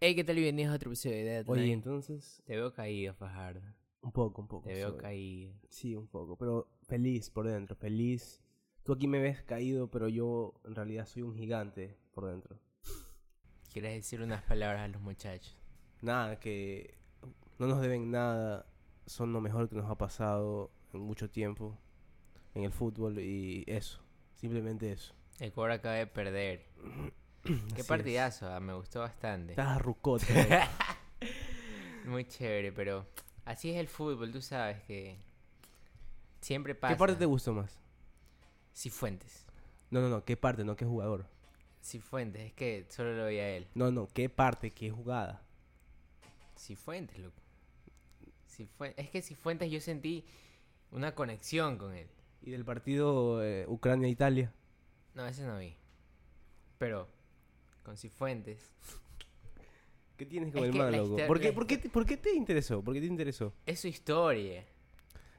Hey, ¿qué tal? Bienvenidos a otro episodio de Dead Oye, Night. entonces, Te veo caído, Fajardo. un poco, un poco. Te veo soy. caído. Sí, un poco, pero feliz por dentro, feliz. Tú aquí me ves caído, pero yo en realidad soy un gigante por dentro. ¿Quieres decir unas palabras a los muchachos? Nada, que no nos deben nada, son lo mejor que nos ha pasado en mucho tiempo en el fútbol y eso, simplemente eso. Ecuador acaba de perder. Qué Así es. partidazo, ah, me gustó bastante. Estás rucote. ¿eh? Muy chévere, pero así es el fútbol, tú sabes que siempre pasa. ¿Qué parte te gustó más? Cifuentes. No, no, no, ¿qué parte? No, ¿qué jugador? Cifuentes, es que solo lo veía él. No, no, ¿qué parte? ¿Qué jugada? Cifuentes, loco. Cifuentes. Es que Cifuentes yo sentí una conexión con él. ¿Y del partido eh, Ucrania-Italia? No, ese no vi. Pero con Cifuentes ¿Qué tienes con Es el que man, la loco? histo- ¿Por la qué, por, qué te, por qué te interesó? ¿Por qué te interesó? es su historia.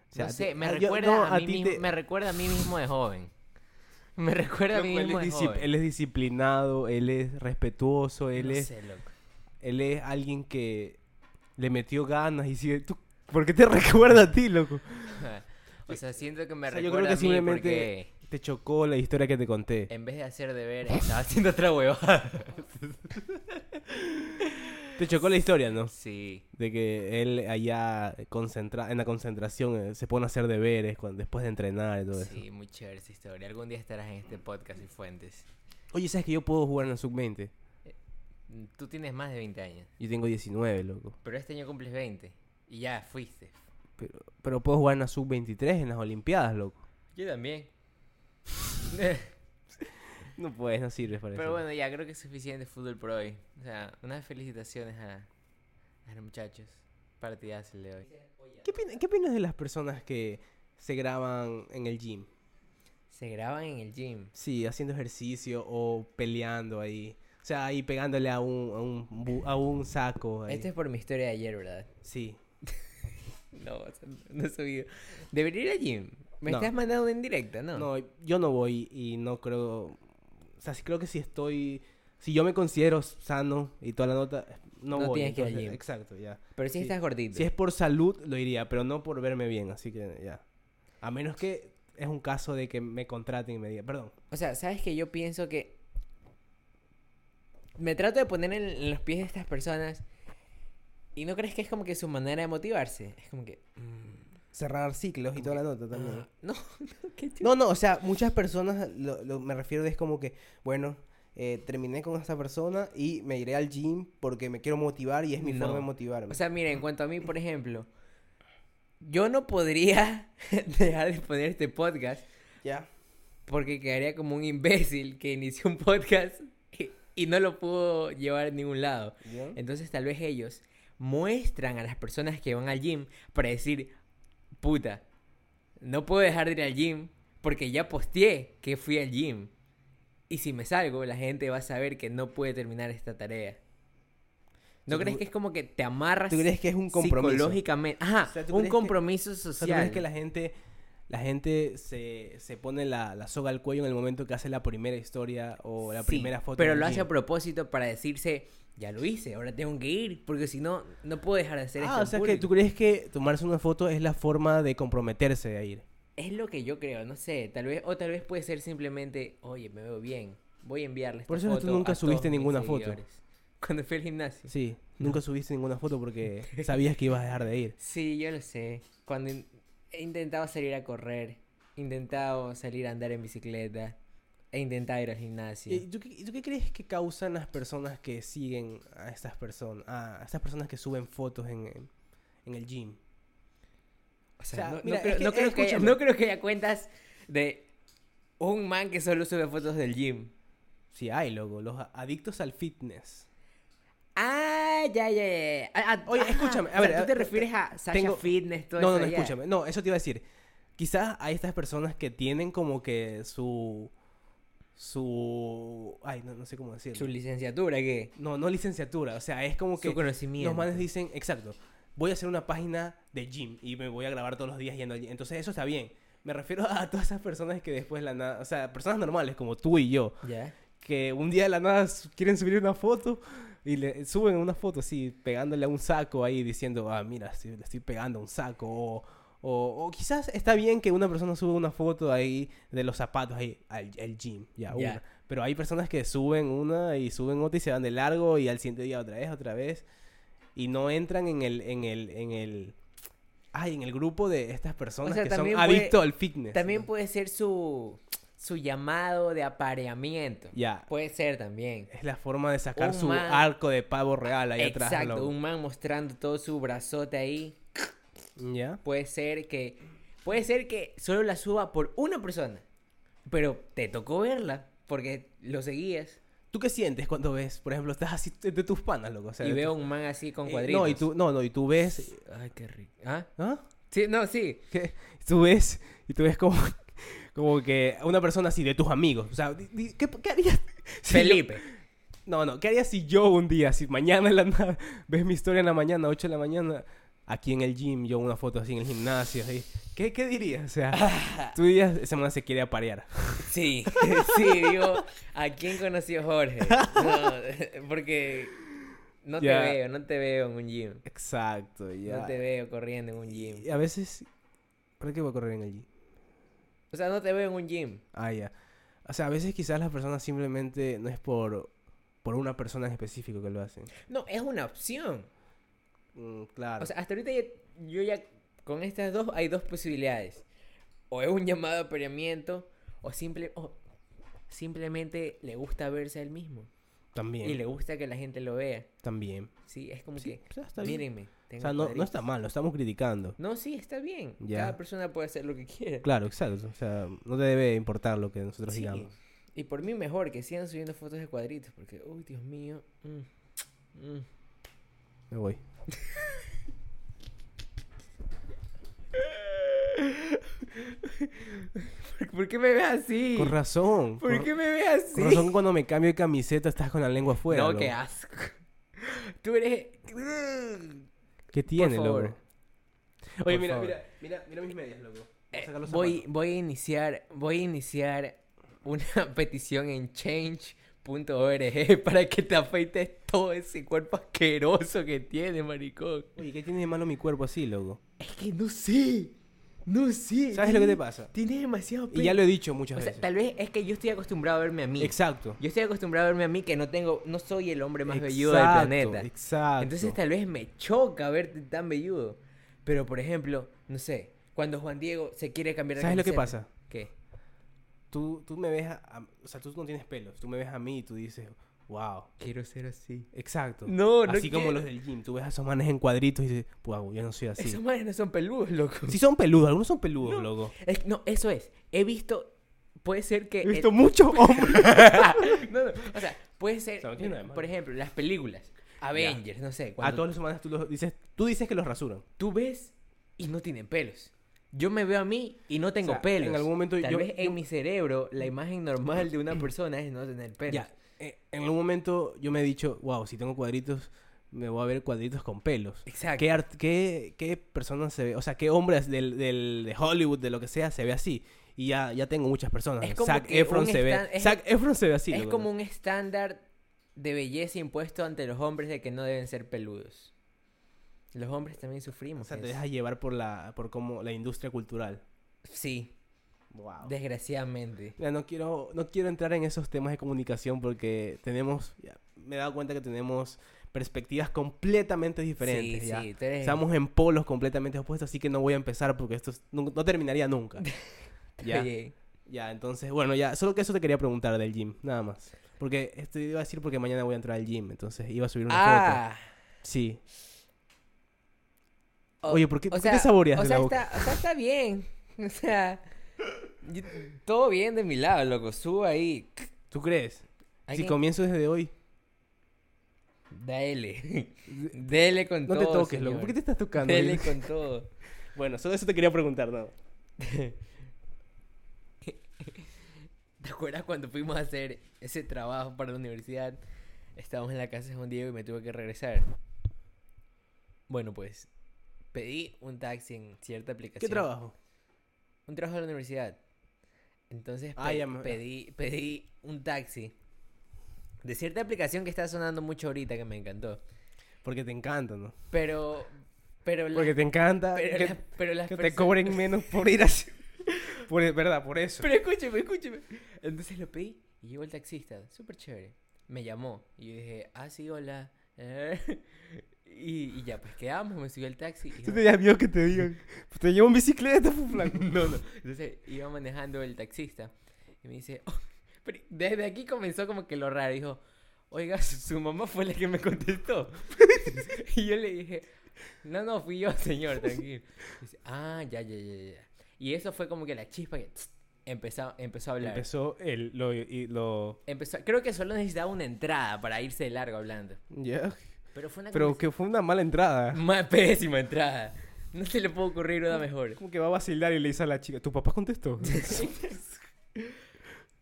O sea, no a ti- sé, me ah, yo- recuerda no, a, mí ti mismo, te- me recuerda a mí mismo de joven. Me recuerda a mí Loco, él, mismo es de discip- joven. él es disciplinado, él es respetuoso, él, No es, sé, loco. él es alguien que le metió ganas y sigue... ¿Tú, ¿Por qué te recuerda a ti, loco? O sea, siento que me O sea, yo creo recuerda que a mí simplemente- Te chocó la historia que te porque conté. en vez de hacer deberes estaba haciendo otra huevada. Te chocó la historia, ¿no? Sí. De que él allá concentra en la concentración eh, se pone a hacer deberes cuando, después de entrenar y todo eso. Sí, muy chévere esa historia. Algún día estarás en este podcast y fuentes. Oye, ¿sabes que yo puedo jugar en la sub-20? Tú tienes más de 20 años, Yo tengo 19, loco. pero este año cumples 20 y ya fuiste. Pero, pero puedo jugar en la sub-23 en las Olimpiadas, loco. Yo también. No puedes, no sirves para Pero eso. bueno, ya creo que es suficiente fútbol por hoy. O sea, unas felicitaciones a, a los muchachos. Partidas el de hoy. ¿Qué, opin- qué opinas de las personas que se graban en el gym? Se graban en el gym. Sí, haciendo ejercicio o peleando ahí. O sea, ahí pegándole a un, a un, bu- a un saco. ahí. Esto Este es por mi historia de ayer, ¿verdad? Sí. No, o sea, no he subido. Debería ir al gym. Me No. estás mandando en directo, ¿no? No, yo no voy y no creo... O sea, sí creo que si estoy... Si yo me considero sano y toda la nota, no, No voy. tienes que ir al entonces- gym. Exacto, ya. Pero si sí. estás gordito. Si es por salud, lo iría, pero no por verme bien, así que ya. A menos que es un caso de que me contraten y me digan, perdón, O sea, ¿sabes que Yo pienso que. Me trato de poner en, en los pies de estas personas. ¿Y no crees que es como que su manera de motivarse? Es como que. cerrar ciclos y toda la nota también. ah, no, no, qué chulo. No, no, o sea, muchas personas, lo, lo- me refiero es como que, bueno, eh, terminé con esta persona y me iré al gym porque me quiero motivar y es mi No. forma de motivarme. O sea, mira, en cuanto a mí, por ejemplo, yo no podría dejar de poner este podcast ya. porque quedaría como un imbécil que inició un podcast y, y no lo pudo llevar a ningún lado. ¿bien? Entonces, tal vez ellos muestran a las personas que van al gym para decir, puta, no puedo dejar de ir al gym porque ya posteé que fui al gym. Y si me salgo, la gente va a saber que no puede terminar esta tarea. ¿No ¿Tú- crees que es como que te amarras ¿Tú crees que es un compromiso? psicológicamente? Ajá, O sea, ¿tú un crees que- compromiso O sea, social. ¿tú crees que la gente, la gente se, se pone la, la soga al cuello en el momento que hace la primera historia o la Sí, primera foto? Pero en el lo hace gym? a propósito para decirse, ya lo hice, ahora tengo que ir, porque si no, no puedo dejar de hacer esto. Ah, o en sea que público". tú crees que tomarse una foto es la forma de comprometerse a ir. Es lo que yo creo, no sé, tal vez, o tal vez puede ser simplemente, oye, me veo bien, voy a enviarles. Por eso tú nunca subiste ninguna foto. Cuando fui al gimnasio. Sí, Sí, nunca subiste ninguna foto porque sabías que ibas a dejar de ir. yo lo sé. Cuando in- he intentado salir a correr, he intentado salir a andar en bicicleta, he intentado ir al gimnasio. ¿Y tú, qué- y tú qué crees que causan las personas que siguen a estas personas, a estas personas que suben fotos en, en- en el gym? O sea, o sea, no, no mira, creo, es que- no creo que haya, escúchame. no creo que haya cuentas de un man que solo sube fotos del gym. Sí, hay, loco, los a- adictos al fitness. Ah, ya, ya, ya. ya. Ah, ah, Oye, ah, escúchame, a o sea, ver, ¿Tú a- te te- refieres a Sasha tengo- Fitness, todo No, no, eso? no, ya. escúchame. No, eso te iba a decir. Quizás hay estas personas que tienen como que su... Su... Ay, no, no sé cómo decirlo. Su licenciatura, ¿qué? No, no licenciatura. O sea, es como que... Su conocimiento. Los manes dicen, exacto, voy a hacer una página de gym y me voy a grabar todos los días yendo al gym. Entonces eso está bien. Me refiero a todas esas personas que después la nada, o sea, personas normales como tú y yo, Ya. que un día de la nada su- quieren subir una foto y le suben una foto así, pegándole a un saco ahí, diciendo, ah, mira, sí, le estoy pegando a un saco. O, o- o quizás está bien que una persona suba una foto ahí de los zapatos ahí, al, al gym, ya, Ya. una. Pero hay personas que suben una y suben otra y se van de largo y al siguiente día otra vez, otra vez. Y no entran en el, en el, en el, ay, en el grupo de estas personas sea, que son también puede- adictos al fitness. También puede ser su, su llamado de apareamiento. Ya. Puede ser también. Es la forma de sacar Un su man- arco de pavo real ahí atrás. Exacto, loco. un man mostrando todo su brazote ahí. ¿Ya? Puede ser que puede ser que solo la suba por una persona, pero te tocó verla porque lo seguías ¿Tú qué sientes cuando ves, por ejemplo, estás así de, de tus panas, loco? O sea, y de veo tus- un man así con Eh, cuadritos. no, y tú, no, no, y tú ves... Ay, qué rico. ¿Ah? ¿Ah? Sí, no, sí. ¿Qué? Tú ves, y tú ves como, como que una persona así de tus amigos. O sea, di- di- ¿qué, qué harías? si yo- Felipe. no, no, ¿qué harías si yo un día, si mañana en la na- ves mi historia en la mañana, 8 de la mañana, aquí en el gym, yo una foto así en el gimnasio, así? ¿Qué, qué dirías? O sea, tú dirías, esa man se quiere aparear. Sí, sí, digo, ¿a quién conoció Jorge? No, porque no Ya. te veo, no te veo en un gym. Exacto, ya. No te veo corriendo en un gym. Y a veces. ¿Para qué voy a correr en el gym? O sea, no te veo en un gym. Ah, ya. O sea, a veces quizás las personas simplemente no es por, por una persona en específico que lo hacen. No, es una opción. Mm, claro. O sea, hasta ahorita ya- yo ya con estas dos hay dos posibilidades. O es un llamado a apareamiento o simple o simplemente le gusta verse a él mismo también. y le gusta que la gente lo vea. También. Sí, es como Sí, o sea, está que bien. mírenme, O tengo sea, no, no cuadritos". está mal, lo estamos criticando. No, sí, está bien. Ya. Cada persona puede hacer lo que quiera. Claro, exacto. O sea, no te debe importar lo que nosotros Sí. digamos. Y por mí mejor que sigan subiendo fotos de cuadritos porque uy, Dios mío. mm, mm. Me voy. ¿Por- ¿Por qué me ves así? Con razón. ¿Por con- qué me ves así? con razón cuando me cambio de camiseta estás con la lengua afuera. no, loco. qué asco. Tú eres. ¿Qué tiene, favor. loco? Oye, mira, mira, mira, mira mis medias, loco. Eh, voy, voy a iniciar, voy a iniciar una petición en change.org para que te afeites todo ese cuerpo asqueroso que tiene, maricón. Oye, ¿qué tiene de malo mi cuerpo así, loco? Es que no sé, no sé. ¿Sabes lo que tiene- te pasa? Tiene demasiado Y ya lo he dicho muchas O sea, veces. tal vez es que yo estoy acostumbrado a verme a mí. Exacto. Yo estoy acostumbrado a verme a mí que no tengo, no soy el hombre más velludo del planeta. Exacto. Entonces tal vez me choca verte tan velludo. Pero por ejemplo, no sé, cuando Juan Diego se quiere cambiar de ¿Sabes lo que camiseta, pasa? ¿Qué? tú, tú me ves, a, a- o sea, tú no tienes pelos, tú me ves a mí y tú dices, wow. Quiero ser así. Exacto. No, no Así como quiero. los del gym, tú ves a esos manes en cuadritos y dices, wow, yo no soy así. Esos manes no son peludos, loco. Sí son peludos, algunos son peludos, loco. Es- no, eso es. He visto, puede ser que... He visto muchos hombres. Eh, no, no, o sea, puede ser, O sea, no tiene nada mira, de malo. por ejemplo, las películas. Avengers, no sé. a cuando todos los humanos tú los dices, tú dices que los rasuran. Tú ves y no tienen pelos. Yo me veo a mí y no tengo O sea, pelos. en algún momento Tal yo- vez yo- en mi cerebro la imagen normal de una persona es no tener pelos. Ya. eh, en algún momento yo me he dicho, wow, si tengo cuadritos, me voy a ver cuadritos con pelos. Exacto. ¿Qué, art- qué, qué persona se ve? O sea, ¿qué hombres del, del- de Hollywood, de lo que sea, se ve así? Y ya, ya tengo muchas personas. Es como Zac que Efron un se ve. estan- es- Zac Efron se ve así. es loco. como un estándar de belleza impuesto ante los hombres de que no deben ser peludos. Los hombres también O sufrimos. sea, te eso. dejas llevar por la, por como la industria cultural. Sí, Wow. desgraciadamente. Mira, no quiero, no quiero entrar en esos temas de comunicación porque tenemos, ya, me he dado cuenta que tenemos perspectivas completamente diferentes. sí, ya. sí, tú eres- Estamos en polos completamente opuestos, así que no voy a empezar porque esto es- no, no terminaría nunca. ya, Oye, ya, entonces, bueno, ya, solo que eso te quería preguntar del gym, nada más. Porque esto iba a decir porque mañana voy a entrar al gym, entonces iba a subir una Ah. foto. Sí. O- Oye, ¿por qué- por qué te saboreas o de sea, la boca? Está, o sea, está bien. O sea, yo- todo bien de mi lado, loco. Subo ahí. ¿Tú crees? Si Alguien- comienzo desde hoy, Dale. Dele con no todo. te toques, loco. señor. ¿Por qué te estás tocando? Dele con todo. Bueno, solo eso te quería preguntar, nada. más. ¿Te acuerdas cuando fuimos a hacer ese trabajo para la universidad? Estábamos en la casa de Juan Diego y me tuve que regresar. Bueno, pues pedí un taxi en cierta aplicación. ¿Qué trabajo? Un trabajo de la universidad. Entonces Ah, pe- ya me- pedí, pedí un taxi de cierta aplicación que está sonando mucho ahorita que me encantó. Porque te encanta, ¿no? Pero, pero, la- Porque te encanta pero que, la- pero las que te personas- cobren menos por ir así. Por, verdad, por eso. Pero escúcheme, escúcheme. Entonces lo pedí y llegó el taxista, súper chévere. Me llamó y yo dije, ah, sí, hola. Eh, y, y ya, pues quedamos, me subió el taxi. y Tú yo- te miedo que te digan, "Pues te llevo en bicicleta, fu, flaco. No, no. Entonces iba manejando el taxista y me dice, "Oh", pero desde aquí comenzó como que lo raro. Dijo, oiga, su, su mamá fue la que me contestó. y yo le dije, no, no, fui yo, señor, tranquilo. Dice, ah, ya, ya, ya, ya, ya. Y eso fue como que la chispa que tss, empezó, empezó a hablar. Empezó. Empezó el, lo, y lo... creo que solo necesitaba una entrada para irse de largo hablando. Ya. Pero fue una Pero que fue una mala entrada. más pésima entrada. No se le puede ocurrir una mejor. Como que va a vacilar y le dice a la chica, ¿tu papá contestó?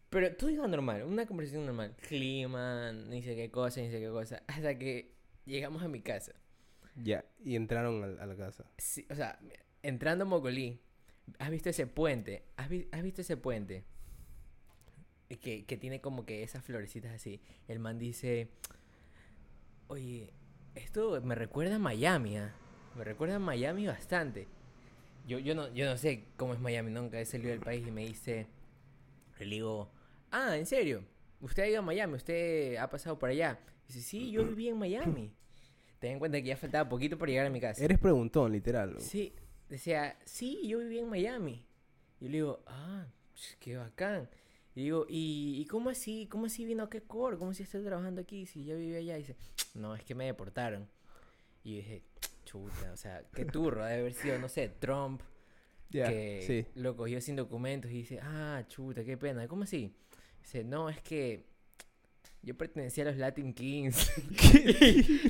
Pero tú dijo normal, una conversación normal. Clima, ni sé qué cosa, ni sé qué cosa. Hasta que llegamos a mi casa. ya, y entraron al- a, la casa. Sí, o sea, entrando a Mogolí, ¿has visto ese puente? ¿Has, vi- has visto ese puente? Eh, Que, que tiene como que esas florecitas así. El man dice, oye, esto me recuerda a Miami, ah, Me recuerda a Miami bastante. Yo, yo, no, yo no sé cómo es Miami, nunca he salido del país y me dice, le digo, ah, ¿en serio? ¿Usted ha ido a Miami? ¿Usted ha pasado por allá? dice, sí, yo viví en Miami. Ten en cuenta que ya faltaba poquito para llegar a mi casa. Eres preguntón, literal. loco. Sí, decía, sí, yo viví en Miami. Y yo le digo, ah, ch, qué bacán. Y digo, ¿y, y cómo así? ¿Cómo así vino a qué core? ¿Cómo así está trabajando aquí si yo viví allá? Y dice, no, es que me deportaron. Y yo dije, chuta, o sea, qué turro, ha de haber sido, no sé, Trump, Ya, que sí. lo cogió sin documentos y dice, ah, chuta, qué pena, ¿cómo así? Dice, no, es que yo pertenecía a los Latin Kings.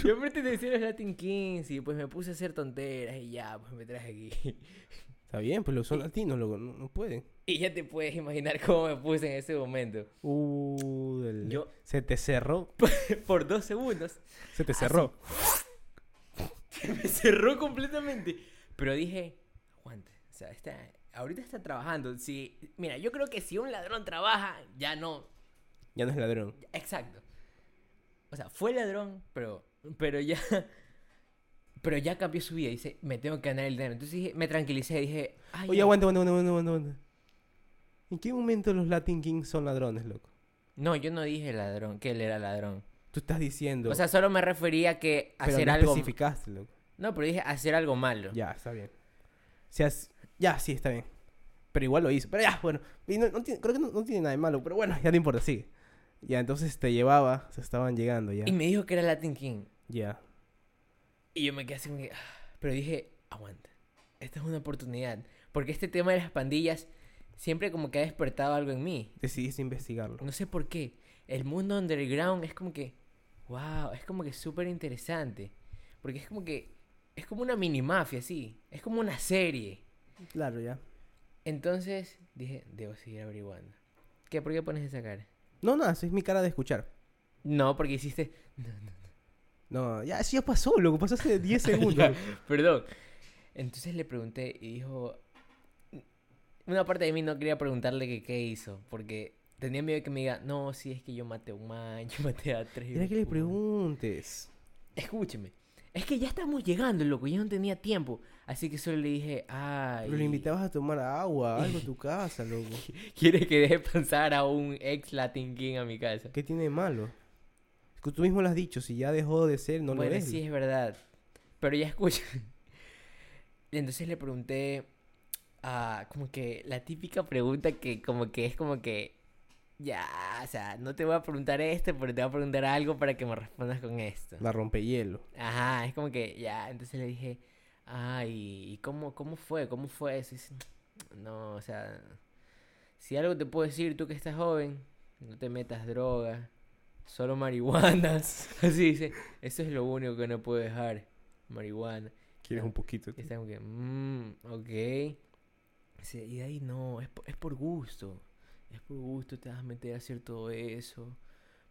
yo pertenecía a los Latin Kings y pues me puse a hacer tonteras y ya, pues me traje aquí. Está bien, pues los son latinos, loco, no, no pueden. y ya te puedes imaginar cómo me puse en ese momento. Uh, del- Yo- Se te cerró. Por dos segundos Se te cerró. me cerró completamente. Pero dije, aguante, o sea, está, ahorita está trabajando. Si, mira, yo creo que si un ladrón trabaja, ya no, Ya no es ladrón. Exacto. O sea, fue ladrón, pero, pero ya. Pero ya cambió su vida. Dice, me tengo que ganar el dinero. Entonces dije, me tranquilicé. Dije, ay, Oye, ya. aguanta, aguanta, aguanta, aguanta, aguanta. ¿En qué momento los Latin Kings son ladrones, loco? No, yo no dije ladrón, que él era ladrón. Tú estás diciendo. O sea, solo me refería a que pero hacer no algo. especificaste, loco. No, pero dije hacer algo malo. Ya, está bien. O sea, es- ya, sí, está bien. Pero igual lo hizo. Pero ya, bueno. Y no- no tiene- creo que no, no tiene nada de malo, pero bueno, ya no importa, sigue. Ya, entonces te llevaba, se estaban llegando ya. Y me dijo que era Latin King. Ya. Y yo me quedé así como que, ah, Pero dije, aguanta. Esta es una oportunidad. Porque este tema de las pandillas siempre como que ha despertado algo en mí. Decidiste investigarlo. No sé por qué. El mundo underground es como que. ¡Wow! Es como que súper interesante. Porque es como que. Es como una mini mafia, sí. Es como una serie. Claro, ya. Entonces dije, debo seguir averiguando. ¿Qué? ¿Por qué pones esa cara? No, nada, eso es mi cara de escuchar. No, porque hiciste. No, ya, eso ya pasó, loco. Pasó hace 10 segundos. Ya, Perdón. Entonces le pregunté y dijo. Una parte de mí no quería preguntarle que qué hizo. Porque tenía miedo de que me diga, no, sí, es que yo maté a un man, yo maté a tres. Mira que le humanos". preguntes. Escúcheme. Es que ya estamos llegando, loco. Yo no tenía tiempo. Así que solo le dije, ay. Pero lo invitabas a tomar agua, algo a tu casa, loco. ¿Quiere que deje pasar a un ex Latin King a mi casa? ¿Qué tiene de malo? Es que Tú mismo lo has dicho, si ya dejó de ser, no bueno, lo es. sí es verdad. Pero ya escucha. Entonces le pregunté. ah, como que la típica pregunta que, como que es como que. Ya, o sea, no te voy a preguntar esto, pero te voy a preguntar algo para que me respondas con esto. La rompehielo. Ajá, es como que ya, entonces le dije, ay, ¿y cómo, cómo fue? ¿Cómo fue eso? Y dice, no, o sea, si algo te puedo decir tú que estás joven, no te metas droga, solo marihuana. Así dice, eso es lo único que no puedo dejar, marihuana. ¿Quieres un poquito? Y está como que, mmm, ok. Dice, y de ahí no, es por, es por gusto. Es por gusto, te vas a meter a hacer todo eso.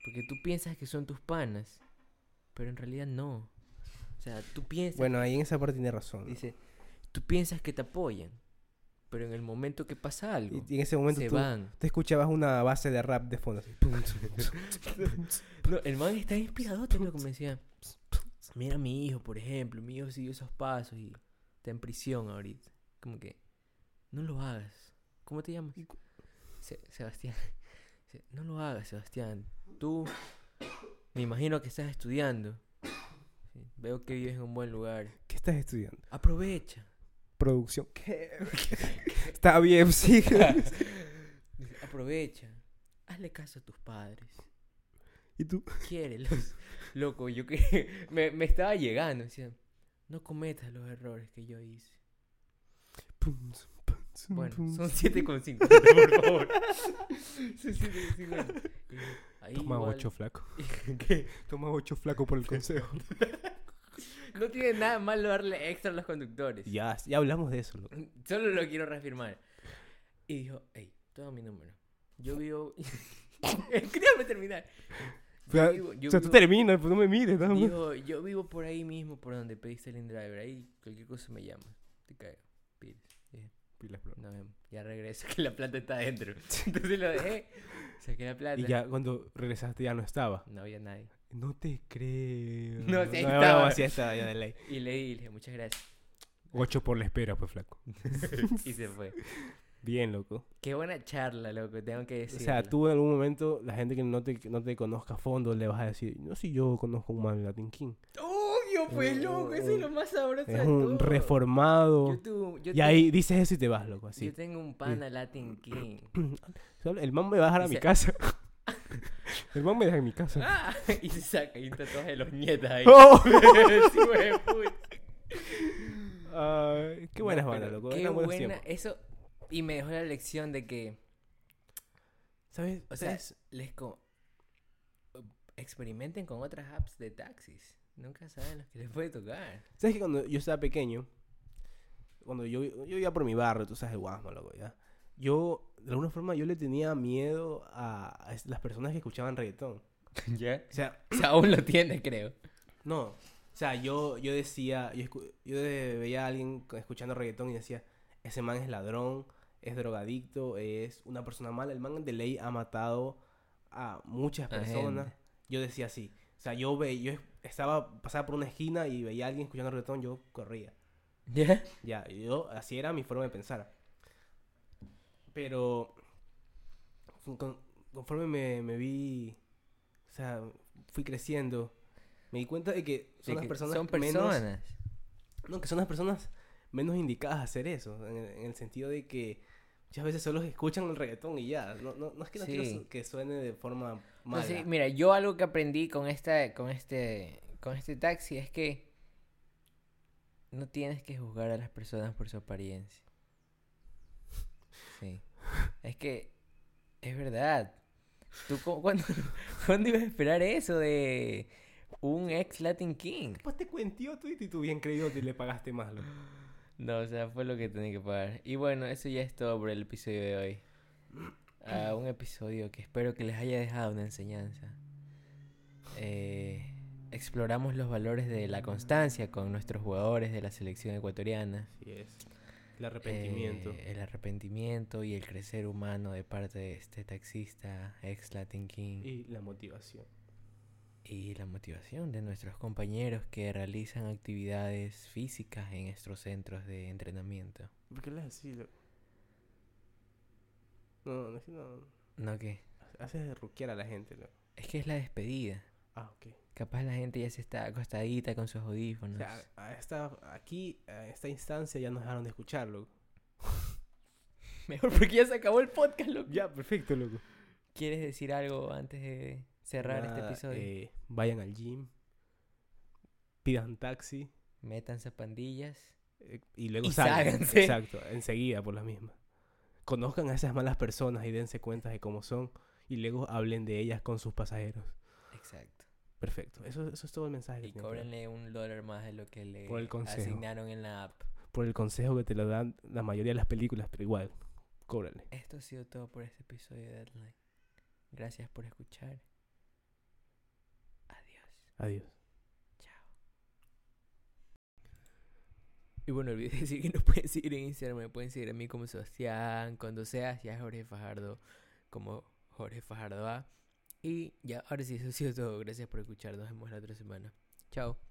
Porque tú piensas que son tus panas, pero en realidad no. O sea, tú piensas, Bueno, ahí en esa parte tiene razón. ¿no? dice, tú piensas que te apoyan, Pero en el momento que pasa algo, Y, y en ese momento se tú, van. tú escuchabas una base de rap de fondo. así, pum, pum, pum. No, el man está inspirado, te lo que me decía. Mira mi hijo, por ejemplo, mi hijo siguió esos pasos y está en prisión ahorita. Como que, no lo hagas. ¿Cómo te llamas? Se- Sebastián. Dice, No lo hagas, Sebastián. Tú, me imagino que estás estudiando. Sí, Veo que vives en un buen lugar. ¿Qué estás estudiando? Aprovecha. Producción. ¿Qué? Está bien, sí. Dice, Aprovecha. Hazle caso a tus padres. y tú, Quiérelos. Loco, yo que me, me estaba llegando. Decía, no cometas los errores que yo hice. pum, pum, pum, Bueno, pum. son 7,50, por favor. Son 7,50. Y Ahí Toma igual- ocho, flaco. Toma ocho, flaco, por el consejo. No tiene nada malo darle extra a los conductores. ya, ya hablamos de eso, loco. Solo lo quiero reafirmar. Y dijo, hey, toma mi número. Yo vivo... Déjame terminar. Yo Fue a- vivo- yo o sea, tú vivo- terminas, pues no me mires, nada más. Dijo, yo vivo por ahí mismo, por donde pediste el InDriver. Ahí cualquier cosa me llama. Te caigo. Pides. Pilas, bro. Nos vemos. Ya regreso, que la planta está adentro. Entonces lo dejé. Saqué la plata. Y ya cuando regresaste ya no estaba. No había nadie. No te creo. No, sí no, estaba. no, sí estaba ya de ley. Y le di, le dije, muchas gracias. Ocho por la espera, pues, flaco. Y se fue. Bien, loco. Qué buena charla, loco, tengo que decir. O sea, tú en algún momento, la gente que no te, que no te conozca a fondo, le vas a decir, no si yo conozco un man de Latin King. Obvio, pues, loco, eso es lo más sabroso. Es de un todo. reformado. Yo tu- yo Y tu- ahí dices eso y te vas, loco, así. Yo tengo un pana Latin King. Solo- El man me va a dejar a Dice- mi casa. El man me deja en mi casa. ¡Ah! Y se saca y un tatuaje de los nietas ahí. ¡Oh! Sí, güey, puta. Ay, qué buenas No, bandas, pero loco. Qué Eran buenos buena. tiempos. Eso. Y me dejó la lección de que. ¿Sabes? O sea, ¿Sabes? les co- experimenten con otras apps de taxis. Nunca saben lo que les puede tocar. ¿Sabes que cuando yo estaba pequeño, cuando yo, yo iba por mi barrio, tú sabes, de Guasma, loco, ya. Yo, de alguna forma, yo le tenía miedo a a es- las personas que escuchaban reggaetón. ¿Ya? O sea, O sea, aún lo tienes, creo. no. O sea, yo, yo decía, yo, escu- yo de- veía a alguien co- escuchando reggaetón y decía, ese man es ladrón, es drogadicto, es una persona mala. El man de ley ha matado a muchas A personas. gente. Yo decía así. O sea, yo, ve, yo es- estaba, pasaba por una esquina y veía a alguien escuchando reggaetón, yo corría. ¿Ya? Ya, yo, así era mi forma de pensar. Pero con- conforme me, me vi, o sea, fui creciendo, me di cuenta de que De son las que personas, son menos... personas. No, que son las personas menos indicadas a hacer eso, en el, en el sentido de que muchas veces solo escuchan el reggaetón y ya. No, no, no es que no quiero Sí. su- que suene de forma No mala. sé, mira, yo algo que aprendí con esta, con este, con este taxi es que no tienes que juzgar a las personas por su apariencia. Sí. Es que es verdad. ¿Tú cu- cuándo, cuándo ibas a esperar eso de un ex Latin King? Después Pues te cuentió tú y tú bien creído te le pagaste más. loco. No, o sea, fue lo que tenía que pagar. Y bueno, eso ya es todo por el episodio de hoy. Ah, un episodio que espero que les haya dejado una enseñanza. Eh, exploramos los valores de la constancia con nuestros jugadores de la selección ecuatoriana. Así es. El arrepentimiento. Eh, el arrepentimiento y el crecer humano de parte de este taxista, ex Latin King. Y la motivación. y la motivación de nuestros compañeros que realizan actividades físicas en estos centros de entrenamiento. ¿Por qué hablas así, loco? No, no, es que no. ¿No qué? Haces ruquear a la gente, loco. Es que es la despedida. Ah, ok. Capaz la gente ya se está acostadita con sus O audífonos. sea, a esta, aquí, a esta instancia ya nos dejaron de escuchar, loco. Mejor porque ya se acabó el podcast, loco. Ya, perfecto, loco. ¿Quieres decir algo antes de cerrar este episodio? eh, vayan al gym, pidan taxi Métanse a pandillas. eh, y luego Y salgan. sálganse. Exacto, enseguida por las mismas. Conozcan a esas malas personas y dense cuenta de cómo son y luego hablen de ellas con sus pasajeros. Exacto. Perfecto. Eso, eso es todo el mensaje. que Y tenía para- cóbrenle un dólar más de lo que le Por el consejo. asignaron en la app. por el consejo que te lo dan la mayoría de las películas, pero igual, cóbrale. Esto ha sido todo por este episodio de Deadline. Gracias por escuchar. Adiós. Adiós. Chao. Y bueno, olvidé decir que nos pueden seguir en Instagram, me pueden seguir a mí como Sebastián, cuando seas, ya Jorge Fajardo, como Jorge Fajardo A. Y ya, ahora sí, eso ha sido todo. Gracias por escuchar, nos vemos la otra semana. Chao.